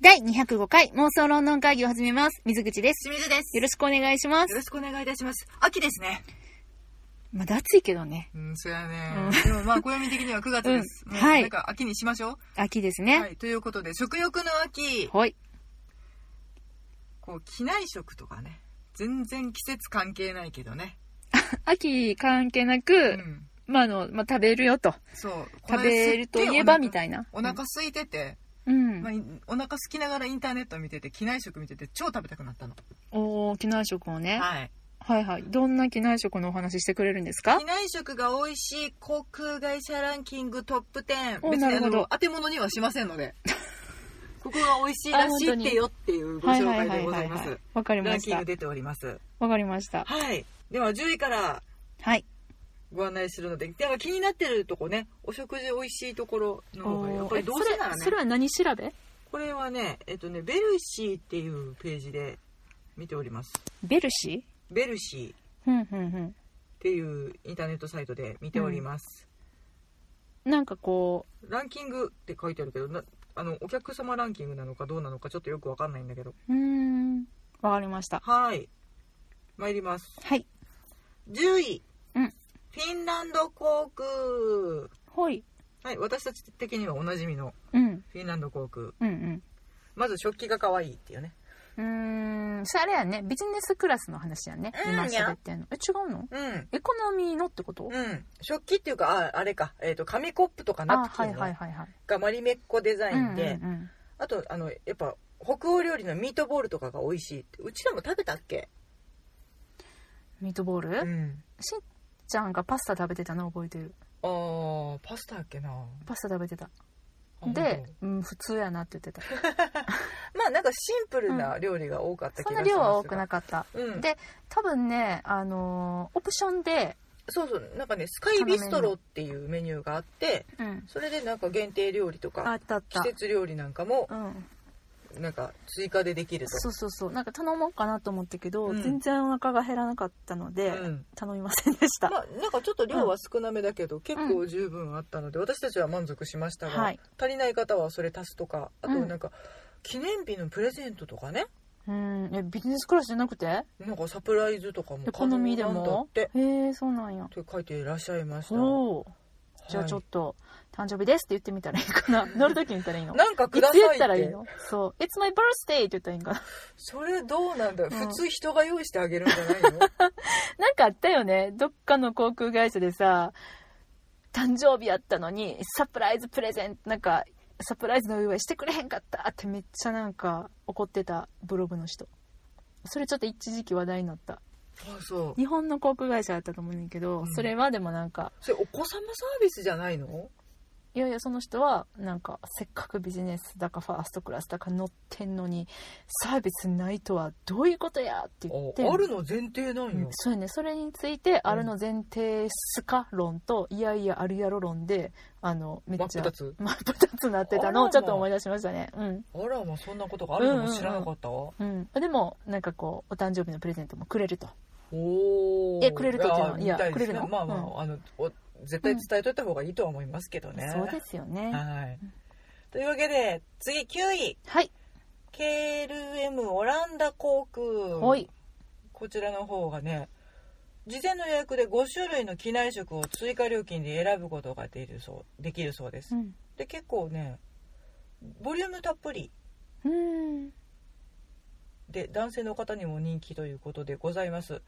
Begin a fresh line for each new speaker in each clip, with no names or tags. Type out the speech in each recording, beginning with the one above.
第205回妄想論論会議を始めます。水口です。
清水です。
よ
よ
ろしくお願いします。
ろしくお願いいたします。秋ですね。
まだ暑いけどね。
うん、そうやね
うん
でもまあ、暦的には9月です。
うん
もう
はい
なんか秋にしましょ
秋です
う。は
ね。
い。ということで、食欲の秋、
ほい。
こう、機内食とかね。全然季節関係ないけどね。
秋関係な
う
く、
ん。
まあ、あの、まあ、食べるよと。
そう。
食べるといえばみ
い
たいな。
お腹空いてて、
うん。
まあ、お腹空きながらインターネット見てて、機内食見てて超食べたくなったの。
おー、機内食をね。
はい。
はいはい。どんな機内食のお話してくれるんですか
機内食が美味しい航空会社ランキングトップ10
お
別
な
に
る
あ
ほど
の当て物にはしません のでここが美味しいらしいってよっていうご紹介でございます。
わかり
ラ
ま
ン
し
キン
た
グ。出ております
わかりました。
はいでは10位から
はい。
ご案内するのででは気になってるとこねお食事美味しいところの方がやっぱりどうせなら
それそれ
ね
は何調べ
これはねえっとねベルシーっていうページで見ております
ベルシ
ベルシー
ー
っ
うんうん
ていうインターネットサイトで見ております、
うん。なんかこ
ランキングって書いてあるけどなあのお客様ランキングなのかどうなのかちょっとよくわかんないんだけど
う、うーん。わかりました。
はい参ります
はい。
10位、
うん
フィンランド航空
ほい。
はい私たち的にはおなじみの
うん。
フィンランド航空
うんうん。
まず食器が可愛いっていうね
うーん、それあれやね、ビジネスクラスの話やね、
うん
今喋ってんの。え、違うの
うん
エコノミーのってこと、
うん食器っていうかああれか、えー、と紙コップとかナ
あ、
プキ
は
ン
い
ね
はいはいはい。
がマリメッコデザインで、
うんうんうん
あとあのやっぱ北欧料理のミートボールとかが美味しいってうちらも食べたっけ、
ミートボール、
ん、
しんちゃんがパスタ食べてたの覚えてる。
あーパスタやっけな
パスタ食べてた。
あ
で
本当、
うん、普通やなって言ってた。
まあなんかシンプルな料理が多かった気
そん
が
な
します
量は多くな
く
かった。
うん
で、多分ね、あのーオプションで、
そうそうなんかねスカイビストロっていうメニューがあって
うん、
それでなんか限定料理と
あ
か
ったあっ
季
た。
節料理なんかも
うん、
なんか追加でできると
そうそうそうなんか頼もうかなと思ったけど、
うん
全然お腹が減らなかったので、
うん
頼みませんでした、
まあなんかちょっと量は少なめだけど、結構十分あったので私たちは満足しましたが、
はい
足りない方はそれ足すとかあと
うん
なんか記念日のプレゼントとかね
うんえビジネスクラスじゃなくて
なんかサプライズとかも
エコノミーで
可能なんだ
も
っ
へ
て
えそうなんや
って書いていらっしゃいました、
おおじゃあちょっと「誕生日です」って言ってみたらいいか な乗る時に言ったらいいの
は
い
いなんかくだ
つ
さいって
言ったらいいのそう「It's my birthday」って言ったらいいん かな
それどうなんだ、
ん
普通人が用意してあげるんじゃないの
なんかあったよねどっかの航空会社でさ誕生日やったのにサプライズプレゼントなんかサプライズのお祝いしてくれへんかったってめっちゃなんか怒ってたブログの人それちょっと一時期話題になった
あそう
日本の航空会社だったと思うねんだけど、
うん
それはでもなんか
それお子様サービスじゃないの
いやいやその人はなんかせっかくビジネスだかファーストクラスだか乗ってんのにサービスないとはどういうことやって言って
ああるの前提なん
うん
よ、
そうやねそれについてあるの前提すか論といやいやあるやろ論であのめっ
真っ
ちゃ
二つ
真っ二つなってたの
あらま
をちょっと思い出しましたねうん
あらまあそんなことがあるのも知らなかったわ、
うん、でもなんかこうお誕生日のプレゼントもくれると
おお
えくれると言ってんのいやくれるの
まあまあ、あのお絶対伝えといた方がいいとは思いますけどね、
そうですよね
はいというわけで次9位
はい
KLM オランダ航空
ほい
こちらの方がね事前の予約で5種類の機内食を追加料金で選ぶことができるそうできるそうです、
うん
で結構ねボリュームたっぷり
うん
で男性の方にも人気ということでございます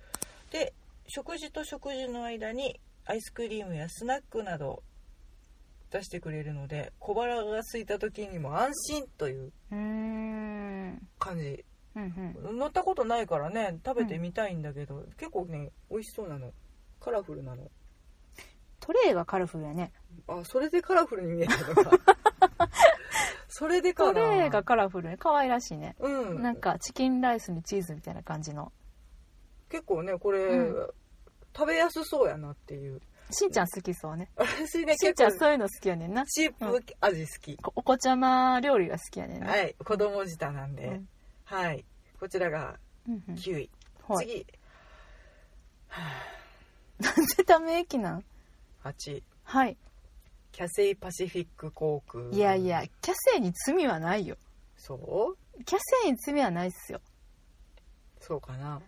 で食事と食事の間にアイスクリームやスナックなど出してくれるので小腹が空いた時にも安心という
うーん
感じ
うんうん
乗ったことないからね食べてみたいんだけど、結構ね美味しそうなのカラフルなの
トレイはカラフルやね
あそれでカラフルに見えたの かそれでか
ト
な
レイがカラフルね可愛らしいね、
うん
なんかチキンライスにチーズみたいな感じの
結構ねこれ、
う
食べやすそうやなっていう
しんちゃん好きそうね
私ね
しん
結
ちゃ
構
んそういうの好きやねんな
チープ味好き、
お子ちゃま料理が好きやねんな、
はい子供舌なんで、
うん
はいこちらが
うんうん、
9位、
ほい
次
なんでため息なん
8位
はい
キャセイパシフィック航空
いやいやキャセイに罪はないよ
そう
キャセイに罪はないっすよ
そうかな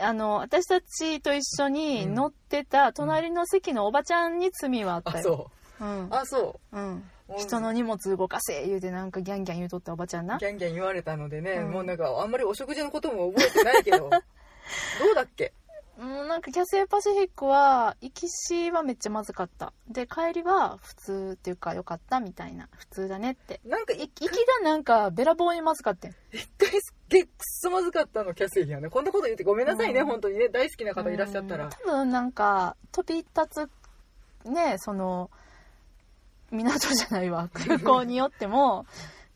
あの私たちと一緒に
うん
乗ってた隣の席のおばちゃんに罪はあった
あ
よ、う
そ
ん
うあそ
うん、
うもう
人の荷物動かせ言うてなんかギャンギャン言うとったおばちゃんな
ギャンギャン言われたのでね、
うん
もうなんかあんまりお食事のことも覚えてない けどどうだっけ
うんなんかキャセイパシフィックは行きしはめっちゃまずかったで帰りは普通っていうか良かったみたいな普通だねって
なんか一
行きがなんかべらぼうにまずかってん
回すっげえくっそまずかったのキャセイやねこんなこと言ってごめんなさいね、
うん
本当にね大好きな方いらっしゃった
うん
ら
多分なんか飛び立つねその港じゃない わ空港によっても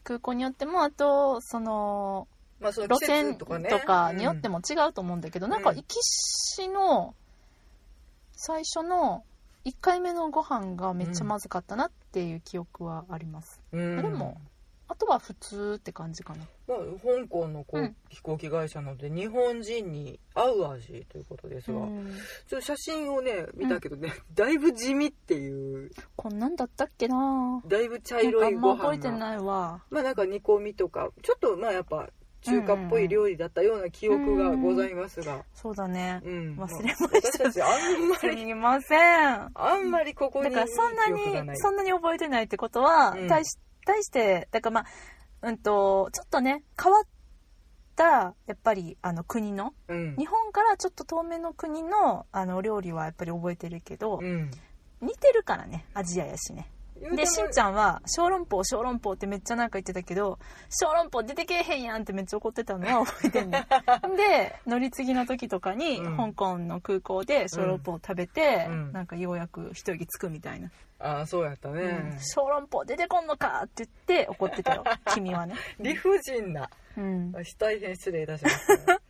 空港によってもあとその
まあその
路
季
線
節
と
とかね
かによって
も、
も違うと思うんだけど、なんか
うん
行きしの最初の1回目のご飯がめっちゃまずかったなっていう記憶はあります、
うん
でもあとは普通って感じかな
まあ、香港のこう
うん
飛行機会社なので日本人に合う味ということですが、
うん
ちょっと写真をね見たけどね、だいぶ地味っていう
こんなんだったっけな
だいぶ茶
なん
色
かあ
い
ん
ご
ま
飯
覚えて
が
ないわ
まあなんか煮込みとかちょっとまあやっぱ中華っぽい料理だったような記憶がございますが、
そうだね
うん
忘れま
あ私 たちあんますり
みません
あんまりここ
だ
に
からそんな
記憶が
に
い
そんなに覚えてないってことは、
うん
対し対してだからまあうんとちょっとね変わったやっぱりあの国の
うん
日本からちょっと遠めの国のあの料理はやっぱり覚えてるけど、
うん
似てるからねアジアやしねでしんち
ゃん
ゃんは「小籠包小籠包」ってめっちゃなんか言ってたけど「小籠包出てけえへんやん」ってめっちゃ怒ってたの は覚えてんねんで乗り継ぎの時とかに、
うん
香港の空港で小籠包を食べて、
うん
なんかようやく一息つくみたいな
ああそうやった
う
ね
ん、小籠包出てこんのかって言って怒ってたよ君はね、
理不尽な
うん、
大変失礼いたし ました、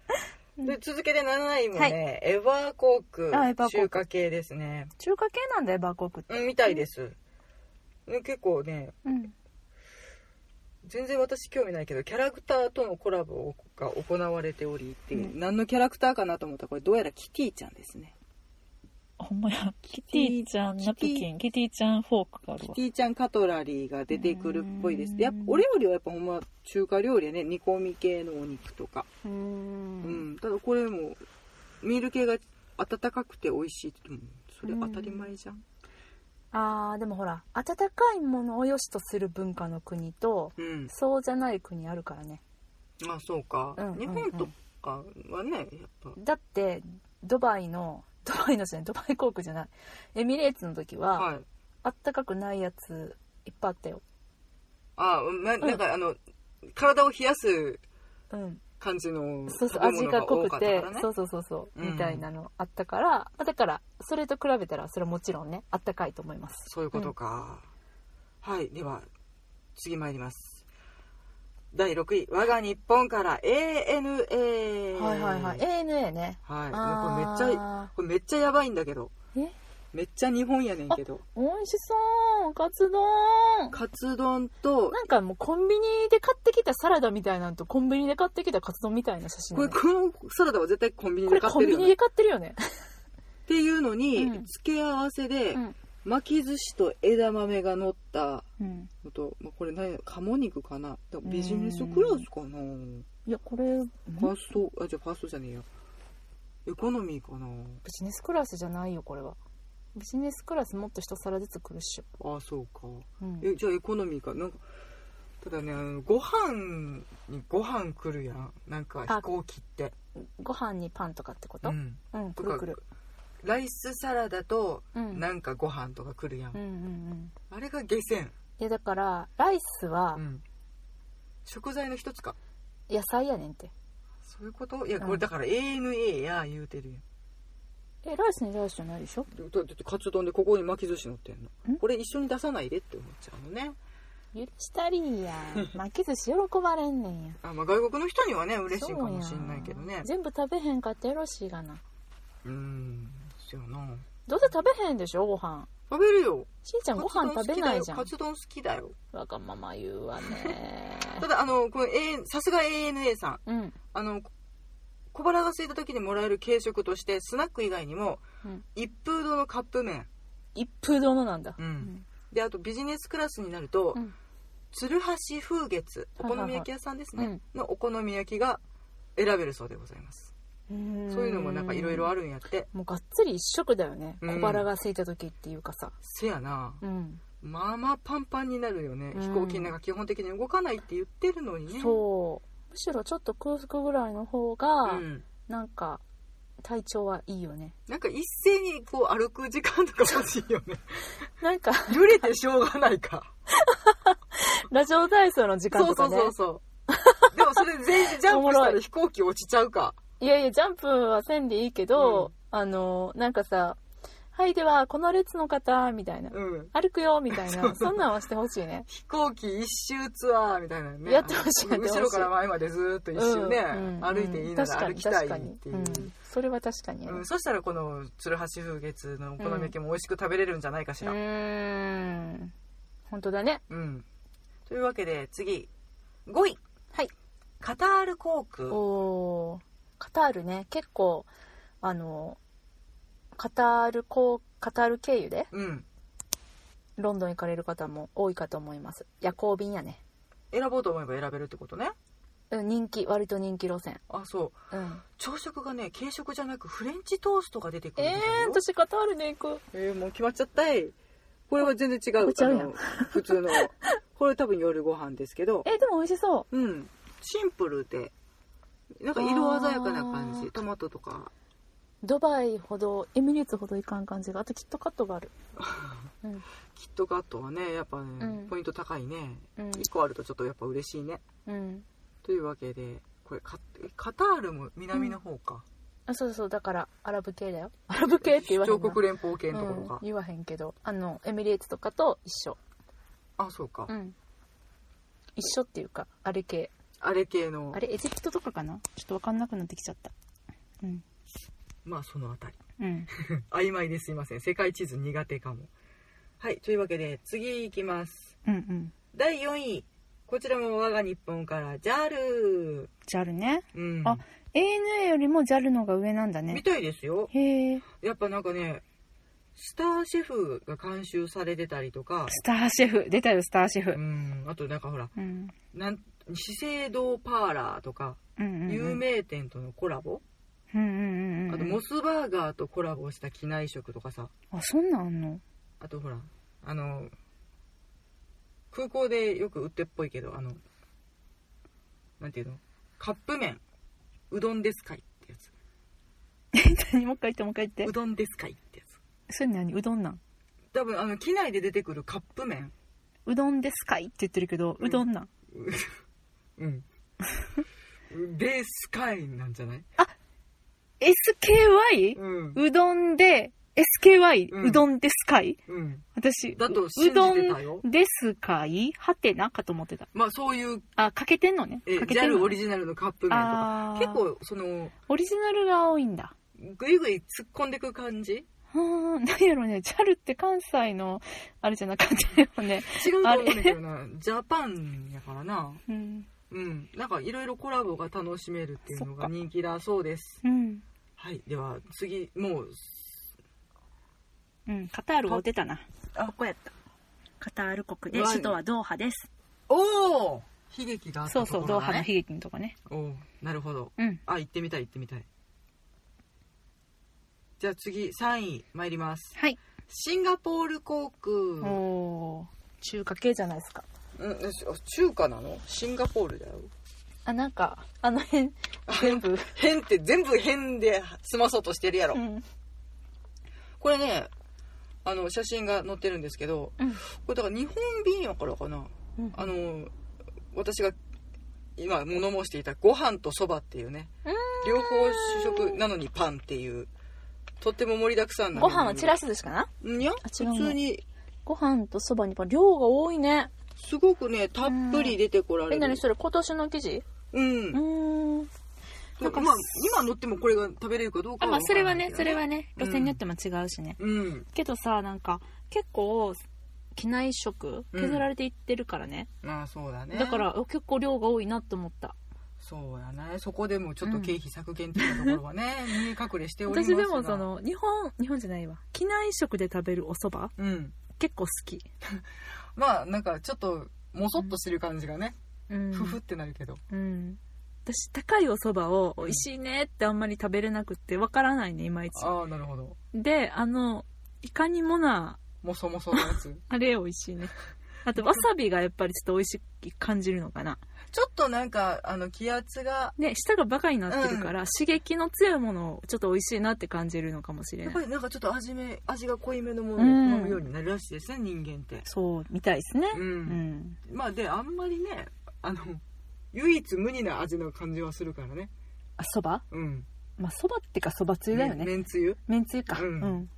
で続けて7位もね、
はい
エバーコーク
あエバーコーク
中華系ですね、
中華系なんだよバーコークって、
うん、みたいです、ね結構ね
うん、
全然私興味ないけどキャラクターとのコラボが行われておりっていう、
う
何のキャラクターかなと思ったらこれどうやらキティちゃんですね
ほんまやキ
ティ
ちゃん
ナプキ
ンキティちゃんフォークがある
キティちゃんカトラリーが出てくるっぽいですでやっぱ
うん
お料理はやっぱほんま中華料理やね煮込み系のお肉とか、
う
うん
ん
ただこれもミール系が温かくて美味しいって言ってもそれ当たり前じゃん、
あーでもほら温かいものを良しとする文化の国と
うん、
そうじゃない国あるからね
まあそうか、
うんうんうん
日本とかはねやっぱ
だってドバイの ドバイのじゃないドバイ航空じゃないエミレーツの時は、
はい
あったかくないやついっぱいあったよ
あななんかあの、体を冷やす
うん
感じの
そうそう
食べ
味
物が
が濃
多
く
かった
て、
からね
そうそうそうそう、
うん
みたいなのあったからまあだからそれと比べたらそれはもちろんねあったかいと思います
そういうことか、はいでは次参ります第6位我が日本から ANA
はいはいはい ANA ね
はい
あ
もうこれめっちゃ
ゃ
これめっちゃやばいんだけど
え
めっちゃ日本やねんけど
美味しそうカツ丼
カツ丼と
なんかもうコンビニで買ってきたサラダみたいなのとコンビニで買ってきたカツ丼みたいな写真だ
これ
ね、
このサラダは絶対コンビニ
こ
で
れ
買っ
コ
て
ン
る
ビ
よ、
ニ
ね、
で
っ
買ってるよね。
ていうのに、
うん
付け合わせで、
うん
巻き寿司と枝豆が乗った
うん。
のと、まあ、これ何や鴨肉かなでもビジネスクラスかな
うんいや、これ、
ファーストあじゃあファーストじゃねえよエコノミーかな
ビジネスクラスじゃないよ、これは。ビジネスクラスもっと一皿ずつ来るっしょ。
ああそうか
うん。
えじゃあエコノミーかなんかただねあのご飯にご飯来るやんなんか飛行機って
ご飯にパンとかってこと
うん
うん、
と
く
か
るくる。
ライスサラダと
うん。うん
なんかご飯とか来るやん、
うんうん。
あれが下船、
いや、だから、ライスは
うん食材の一つか
野菜やねんって。
そういうこといや
うん
これだから ANA や言うてるやん
え、ライスにライスじゃないでしょ
だだってカツ丼でここに巻き寿司乗ってんの
ん
これ一緒に出さないでって思っちゃうのね
許したりや。巻き寿司喜ばれんねんや。
あ、まあ、外国の人にはね嬉しいかもしれないけど
そう
ね
や全部食べへんかってよろしいがな。
うーんそうやな
どうせ食べへんでしょ、ご飯。
食べるよ
しんちゃんご飯食べないじゃん
カ。ツ丼好きだよ
わがまま言うわ ね。
カツ丼好きだよただあのこの A さすが ANA さん
うん。
あの小腹が空いた時にもらえる軽食としてスナック以外にも、
うん
一風堂のカップ麺
一風堂のなんだ。
うんであとビジネスクラスになると、
うん
鶴橋風月お好み焼き屋さんですね、のお好み焼きが選べるそうでございますそういうのもなんかいろいろあ
る
るんやって
もうがっつり一色だよね
うん
小腹が空いた時っていうかさ
せやな
うん、
まあまあパンパンになるよね、
うん
飛行機なんか基本的に動かないって言ってるのにね
そうむしろちょっと空腹ぐらいの方が、
ん、
なんか体調はいいよね
なんか一斉にこう歩く時間とか欲しいよね
なん か
揺れてしょうがないか
ラジオ体操の時間
そう
と
そ
か
う
ね
そう そうでもそれ全員ジャンプしたら飛行機落ちちゃうか
いやいやジャンプはせんでいいけど、あのなんかさ「はいではこの列の方」みたいな
うん
歩くよみたい
そう
なそんなんはしてほしいね
飛行機一周ツアーみたいなのね
やってほしいやってほしい
後ろから前までずーっと一周ね、
うんうん
歩いていいなら歩きたい
確
っていう、
かに確かにうんそれは確かに
うん
う
そしたらこの鶴橋風月のお好み焼きも美味しく食べれるんじゃないかしら、
ーん本当だね
うん、というわけで次5位、
はい、
カタール航空
おーカタールね結構あのカタールこうカタール経由で
うん、
ロンドン行かれる方も多いかと思います夜行便やね
選ぼうと思えば選べるってことね
うん人気割と人気路線
あそう
うん
朝食がね軽食じゃなくフレンチトーストが出てく
え
る
ー
んだよ、、
私カタールに行く
えーもう決まっちゃったいこれは全然違う
これちゃうやん
あの普通のこれ多分夜ご飯ですけど
えーでも美味しそう
うんシンプルでなんか色鮮やかな感
あ
じ
ー
トマトとか
ドバイほどエミレーツほどいかん感じがあとキットカットがあるうん
キットカットはねやっぱね、
うん
ポイント高いね
うん
1個あるとちょっとやっぱ嬉しいね
うん
というわけでこれカカタールも南の方か、
あそうそうだからアラブ系だよアラブ系って言わへん
上
な
国連邦系のところ
うん
か、、
言わへんけどあのエミレーツとかと一緒
あそうか、
うん一緒っていうかあれ系
あれ系の
あれエジプトとかかなちょっと分かんなくなってきちゃったうん
まあそのあたり
うん
曖昧ですいません世界地図苦手かもはいというわけで次いきます
うんうん
第4位こちらも我が日本から JAL、
JAL ね
うん、
あ ANA よりも JAL のが上なんだ
みたいですよ
へえ
やっぱなんかねスターシェフが監修されてたりとか
スターシェフ出たよスターシェ
う
フ
んあとなんかほら
うん
なん資生堂パーラーとか
うんうんうん
有名店とのコラボ、
うんうんうんうん
あとモスバーガーとコラボした機内食とかさ
あそんなんあんの
あとほらあの空港でよく売ってっぽいけどあのなんていうのカップ麺うどんですかいってやつ
何もう一回言ってもう一回言
う
って
どんですかいってやつ
それ何うどんなん
多分あの機内で出てくるカップ麺
うどんですかいって言ってるけど
うん
うどんなん
うん ですかいなんじゃない
SKY?
うん
うどんで SKY、
う
うんどんですかい
うん
私
だと
う
信じ
うど
てたよ
んですかいはてなかと思ってた
まあそういう
あかけてんのね
え
かけてんの
JAL
ね
オリジナルのカップ麺とか
あー
結構その
オリジナルが多いんだ
ぐいぐい突っ込んでく感じ
うーん何やろうね JAL って関西のあれじゃなかったよね、
違うと思うんだけ どなジャパンやからな
うん、
うんなんかいろいろコラボが楽しめるっていうの
そ
が
っか
人気だそうです
うん
はいでは次もう
うんカタール
は
を出たな
あ
こやったカタール国
う
で
わ
首都はドーハです
おお悲劇があっ
そ
た
う
と
そ
こ
うドー
ろ
ハの
だ
悲
ね
劇のとこね
おうなるほど
うん
あ行ってみたい行ってみたいじゃあ次3位参ります
はい
シンガポール航空
おおー中華系じゃないですか
うんえし中華なのシンガポールだよ
あなんかあの辺全部、
変って全部変で済まそうとしてるやろ
うん
これねあの写真が載ってるんですけど
うん
これだから日本便やからかな
うん
あの私が今物申していたご飯とそばっていうね両方主食なのにパンっていうとっても盛りだくさんな
ご飯はチラ
シ
シですかない
や
違うの
普通に
ご飯とそばにパン量が多いね
すごくねたっぷり出てこら
え
れ
何
る
それ今年の記事
うん
うーん
まあ今今乗ってもこれが食べれるかどうか
あまあそれはねそれ
は
はね
うん
路線によっても違うしね、
わからんけどね
けどさなんか結構機内食
うん
削られていってるからね、
うんまあそうだね
だからお結構量が多いなって思った
そうやねそこでもちょっと経費削減的なところはね、 見え隠れしております
私
が
でもその日本日本じゃないわ機内食で食べるお蕎麦
うん
結構好き
まあなんかちょっともそっとしてる感じがね、
うん
ふふってなるけど
うん私高いお蕎麦を美味しいねってあんまり食べれなくてわからないねいまいち
ああなるほど
であのイカにもな
もそもそのやつ
あれ美味しいねあとわさびがやっぱりちょっと美味しく感じるのかな
ちょっとなんかあの気圧が
ね舌がバカになってるから、刺激の強いものをちょっと美味しいなって感じるのかもしれ
やっ
な
ぱ
い
りなんかちょっと味め味が濃いめのものを
うん
飲むようになるらしいですね、人間って
そうみたいですね
うん、
うん
まあであんまりねあの唯一無二な味の感じはするからね
あそば
うん
まあそばってかそばつゆだよね
めんつゆ
めんつゆか
う
うんん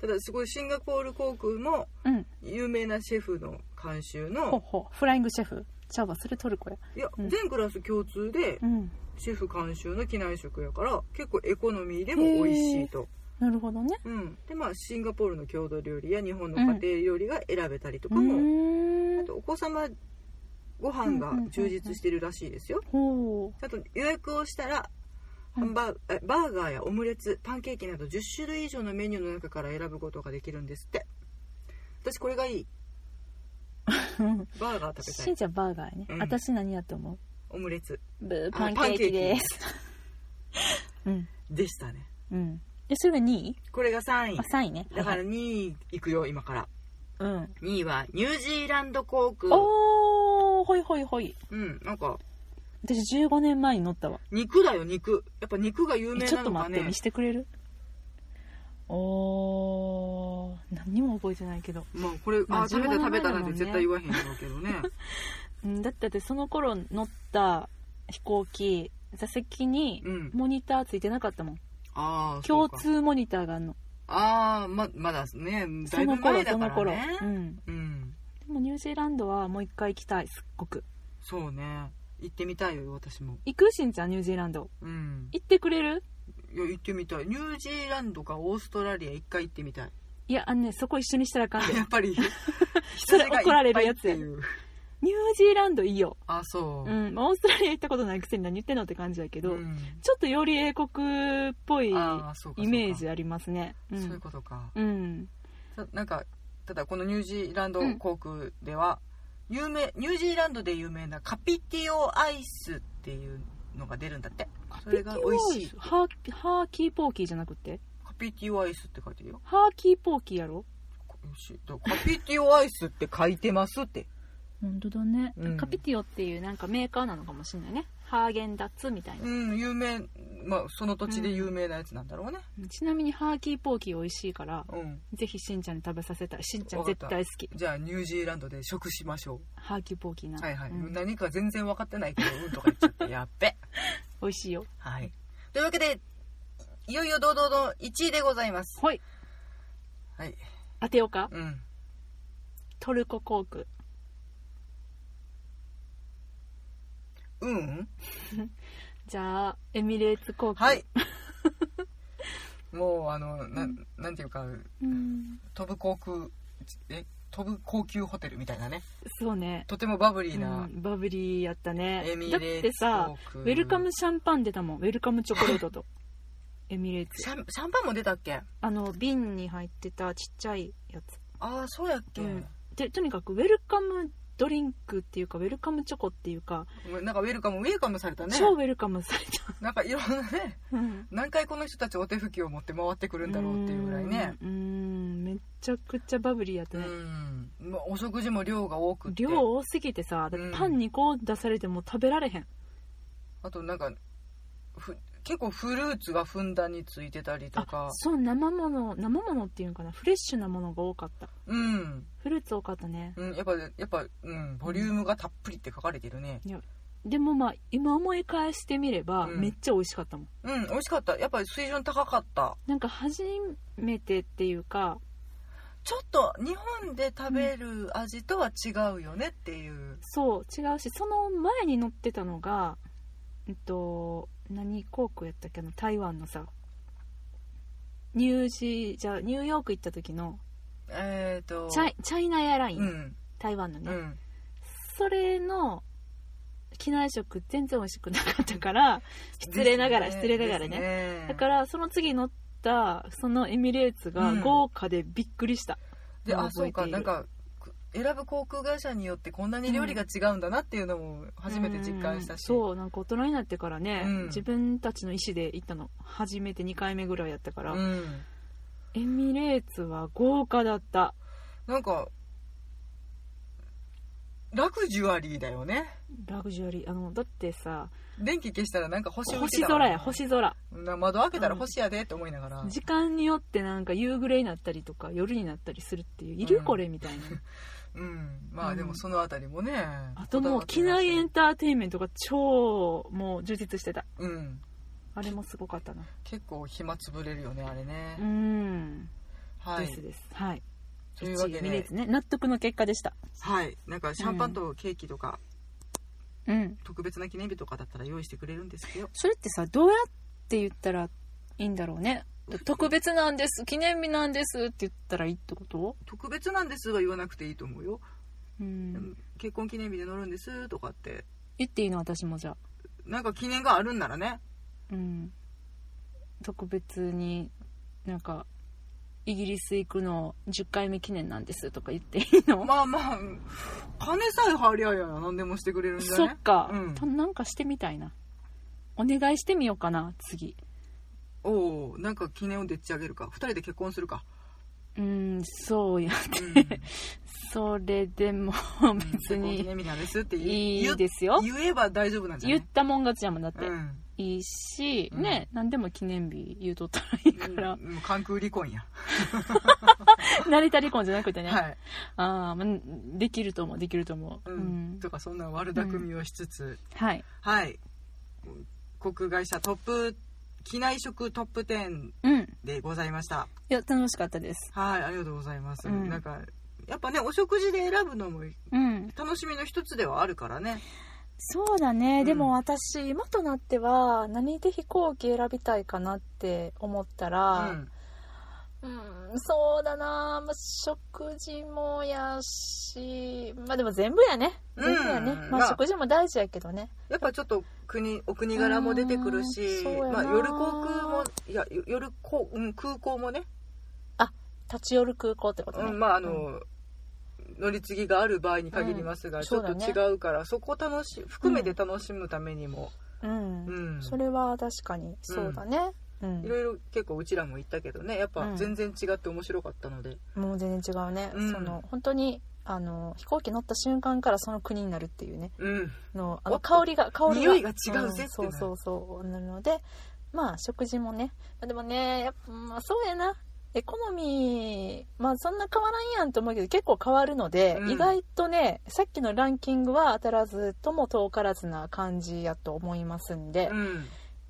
ただすごいシンガポール航空の
うん
有名なシェフの監修
ほう
の
ほうフライングシェフちゃうわそれトルコや
いや、
うん
全クラス共通で
うん
シェフ監修の機内食やから結構エコノミーでも美味しいと、
なるほどね
うん、でまあシンガポールの郷土料理や日本の家庭料理が選べたりとか
う
も、
ー
あ
ん
とお子様ご飯が充実してるらしいですよ、
ほう
あと予約をしたら
うん
ハンバーえバーガーやオムレツパンケーキなど10種類以上のメニューの中から選ぶことができるんですって私これがいいバーガー食べた
しん
い
ちゃんバーガーね、
うん
私何やと思
オムレツ
うブー
あ
パンケーキですうん
でしたね
うんでそれが2位
これが3位
あ3位ね
だから
はい
2位いくよ今から
うん
2位はニュージーランド航空
おーほいほいほい
うんなんか
私15年前に乗ったわ
肉だよ肉やっぱ肉が有
え
名
ちょ
な
っと
のか
待って
ね
見してくれるおー何も覚えてないけど、
まあこれ
まあ
あ食べた
15
食べた
な
な
だも
んん
ん
て
ね
絶対言わへんやろうけどね
うん、だってだってその頃乗った飛行機座席に
うん
モニターついてなかったもん
ああ
共通モニターがあんの
ああままだねだ
そ
いぶ
の頃
前
そ
だか
の
ら
頃、
ね
うん、
うん
でもニュージーランドはもう一回行きたいすっごく
そうね行ってみたいよ私も
行くしんちゃんニュージーランド
うん
行ってくれる
いや行ってみたいニュージーランドかオーストラリア一回行ってみたい
いやあのねそこ一緒にしたらあかんで
やっぱり
それ怒られるやつや
羊がいっぱいっていう
ニュージーランドいいよ、、
あそううん
オーストラリア行ったことないくせに何言ってんのって感じだけど、
うん
ちょっとより英国っぽいイ
あーそうかそうか
メージありますねう、
そういうんことか
うん、
たなんかただこのニュージーランド航空では有名ニュージーランドで有名なカピティオアイスっていうのが出るんだってそれが美味し
ピ
い
ティオアイスハーハーキーポーキーじゃなくて
カピティオアイスって書いてるよ
ハーキーポーキーやろ
よしカピティオアイスって書いてますって
本当だね、
うん
カピティオっていうなんかメーカーなのかもしれないねハーゲンダッツみたいな、
うん有名まあその土地で有名なやつなんだろうね
うんちなみにハーキーポーキー美味しいから
うん、
ぜひしんちゃんに食べさせたいしんちゃん
わかっ
絶
た
対好き
じゃあニュージーランドで食しましょ
ハーキーポーキーな
うはいはい、
うん
何か全然分かってないけどうんとか言っちゃって やっべ
美味しいよ
はいというわけでいよいよ堂々の1位でございます
ほい
はい
当てようか
うん
トルコ航空
うん
じゃあエミレーツ航空
はいもうあのなんなんていうか
うん
飛ぶ航空え飛ぶ高級ホテルみたいなね
そうね
とてもバブリーな、
うんバブリーやったね
エミ
だっ
レー
て
ツ
さ
航空
ウェルカムシャンパン出たもんウェルカムチョコレート とエミレー
シ
ツ
ャンシャンパンも出たっけあ
あの瓶に入ってたちっちゃいやつ
あそうやっけ、
うんでとにかくウェルカムドリンクっていうかウェルカムチョコっていうか、
なんかウェルカムウェルカムされたね
超ウェルカムされた
なんかいろんなね
うん
何回この人たちお手拭きを持って回ってくるんだろうっていうぐらいね
うんうんめちゃくちゃバブリーやった
う
ね、
ん、まあ、お食事も量が多くって
量多すぎてさだってパン2個出されても食べられへん、
あとなんかふ結構フルーツがふんだんについてたりと
あ
か
そう生もの生ものっていうのかなフレッシュなものが多かった
うん、
フルーツ多かったね
うん、やっぱやっぱ、うん、ボリュームがたっぷりって書かれてるね
でもまあ今思い返してみれば、
うん
めっちゃ美味しかったもん
うん美味しかったやっぱり水準高かった
なんか初めてっていうか
ちょっと日本で食べる味とは違うよねっていう
そう違うしその前に乗ってたのがえっと何航空やったっけな台湾のさニュージーじゃあニューヨーク行った時の
えっ、ー、と
チャイチャイナエアライン、
うん
台湾の
う
ね、
ん
それの機内食全然美味しくなかったから失礼ながら、
です
失礼ながらね
ですね
だからその次乗ったそのエミレーツが
うん
豪華でびっくりした、
であ
覚
そ
え
う
てい
か
る
なんかく選ぶ航空会社によってこんなに料理が違うんだなっていうのも初めて実感したし、
うんそうなんか大人になってからね、
うん
自分たちの意思で行ったの初めて2回目ぐらいやったから、
うん
エミレーツは豪華だった
なんかラグジュアリーだよね
ラグジュアリーあのだってさ
電気消したらなんか星浮いて
星
たもん
空や星空
な窓開けたら星やでって思いながら、
時間によってなんか夕暮れになったりとか夜になったりするっていういる、
うん
これみた いな
うんまあでもそのあたりもね、
あともう機内エンターテインメントが超もう充実してた
うん
あれもすごかったな
結構暇つぶれるよねあれね、
うん、
は
です
い
ですはい
というわけ
エミレー
で
ツね納得の結果でした
はいなんかシャンパンとケーキと
う
か、
ん
特別な記念日とかだったら用意してくれるんですけど
それってさどうやって言ったらいいんだろうね特別なんです記念日なんですって言ったらいいってこと
特別なんですは言わなくていいと思うよ、
うん
結婚記念日で乗るんですとかって
言っていいの私もじゃあ
なんか記念があるんならね
うん特別になんかイギリス行くの10回目記念なんですとか言っていいの、
まあまあ金さえ張り合いやら何でもしてくれるんだ
そ
ね
っか、
うん
たなんかしてみたいなお願いしてみようかな次
おおなんか記念をでっち上げるか2人で結婚するか、
うんそうや
うん、
それでも別
結婚記
に
念日なんですって言
いい
言
ですよ
言えば大丈夫なんじゃな
言っ
い
たもん勝ちやもんだって、
うん
いいし、
うん
ね何でも記念日言うとったらいいから、
うん関空離婚や、
成田離婚じゃなくてね、
はい、
ああまあできると思うできると思う、
う
うんん
とかそんな悪巧みをしつつ、
はい
はい航空会社トップ機内食トップ10
うんい
でございました
や楽しかったです
はいありがとうございます、
うん
なんかやっぱねお食事で選ぶのも
うん
楽しみの一つではあるからね
そうだね、
うん
でも私今となっては何で飛行機選びたいかなって思ったらうん、そうだな、まあ、食事もやしまあでも全部やね
うん
全部やね、ま
まあ
あ食事も大事やけどね
やっぱちょっと国お国柄も出てくるし、
うんそうや
ま
な
あ、夜航空もいやよ夜こ、うん、空港もね、
立ち寄る空港ってことね、
うん、まああ
うん
の、乗り継ぎがある場合に限りますが、
うん
ちょっと
そうだ
違うからそこ楽し含めて楽しむためにも、
うん
うん
それは確かにそうだね、うん
いろいろ結構うちらも言ったけどねやっぱ
うん
全然違って面白かったので、
もう全然違うね、
うん
その本当にあの飛行機乗った瞬間からその国になるっていうね
うん、
のあ
お
の
っと
香りが香り
匂いが違うぜってなる
んそうそうそうなのでまあ食事もねまあでもねやっぱ、まあ、そうやなエコノミーまあそんな変わらんやんと思うけど結構変わるので、
うん
意外とねさっきのランキングは当たらずとも遠からずな感じやと思いますんで、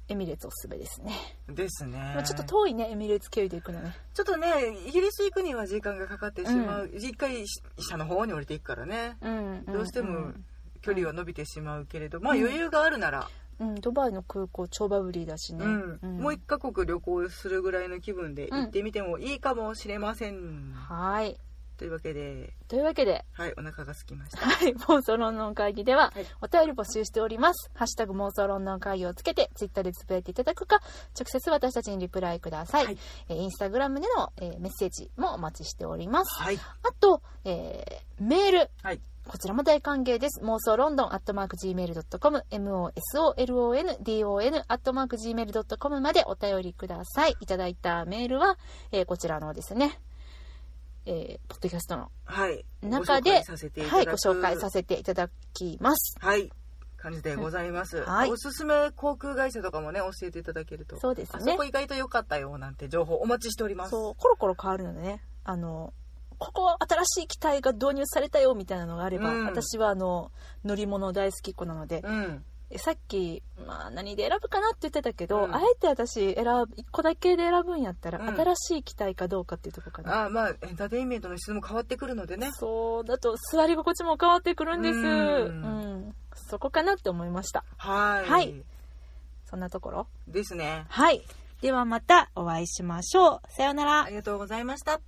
エミレーツおすすめですね、
うん、ですね、
まあ、ちょっと遠いねエミレーツ経由で行くのね
ちょっとねイギリス行くには時間がかかってしまう、一回下の方に降りていくからね
うん
どうしても
ん
距離は伸びてしまうけれど、まあ
うん
余裕があるなら、
うん、ドバイの空港超バブリーだしね、
うん
うん
もう一カ国旅行するぐらいの気分で行ってみてもいいかもしれません、
はい
というわけで
というわけで、
はいお腹が空きました
はい、妄想論の会議では
はい
お便り募集しております「ハッシュタグ妄想論の会議」をつけてツイッターでつぶやいていただくか直接私たちにリプライください、
はい
えーインスタグラムでの、えーメッセージもお待ちしております
はい
あと、えーメール
はい
こちらも大歓迎です。妄想ロンドンアットマーク Gmail.com、mosolondon アットマーク Gmail.com までお便りください。いただいたメールは、えーこちらのですね、えーポッドキャストの、
はい
中で
ご紹介させていただく
はい、ご紹介させていただきます。
はい感じでございます、
はい
おすすめ航空会社とかもね教えていただけると
そうです
あそ
ね
こ。意外と良かったよなんて情報お待ちしております
そう、コロコロ変わるのでね、あの、ここ新しい機体が導入されたよみたいなのがあれば、
うん
私はあの乗り物大好きっ子なので、
うん
さっき、まあ、何で選ぶかなって言ってたけど、
うん
あえて私選ぶ1個だけで選ぶんやったら、
うん
新しい機体かどうかっていうところかな
あまあエンターテインメントの質も変わってくるのでね
そうだと座り心地も変わってくるんです
う
うんん、そこかなって思いました
はい
はいそんなところ
ですね
はいではまたお会いしましょうさようなら
ありがとうございました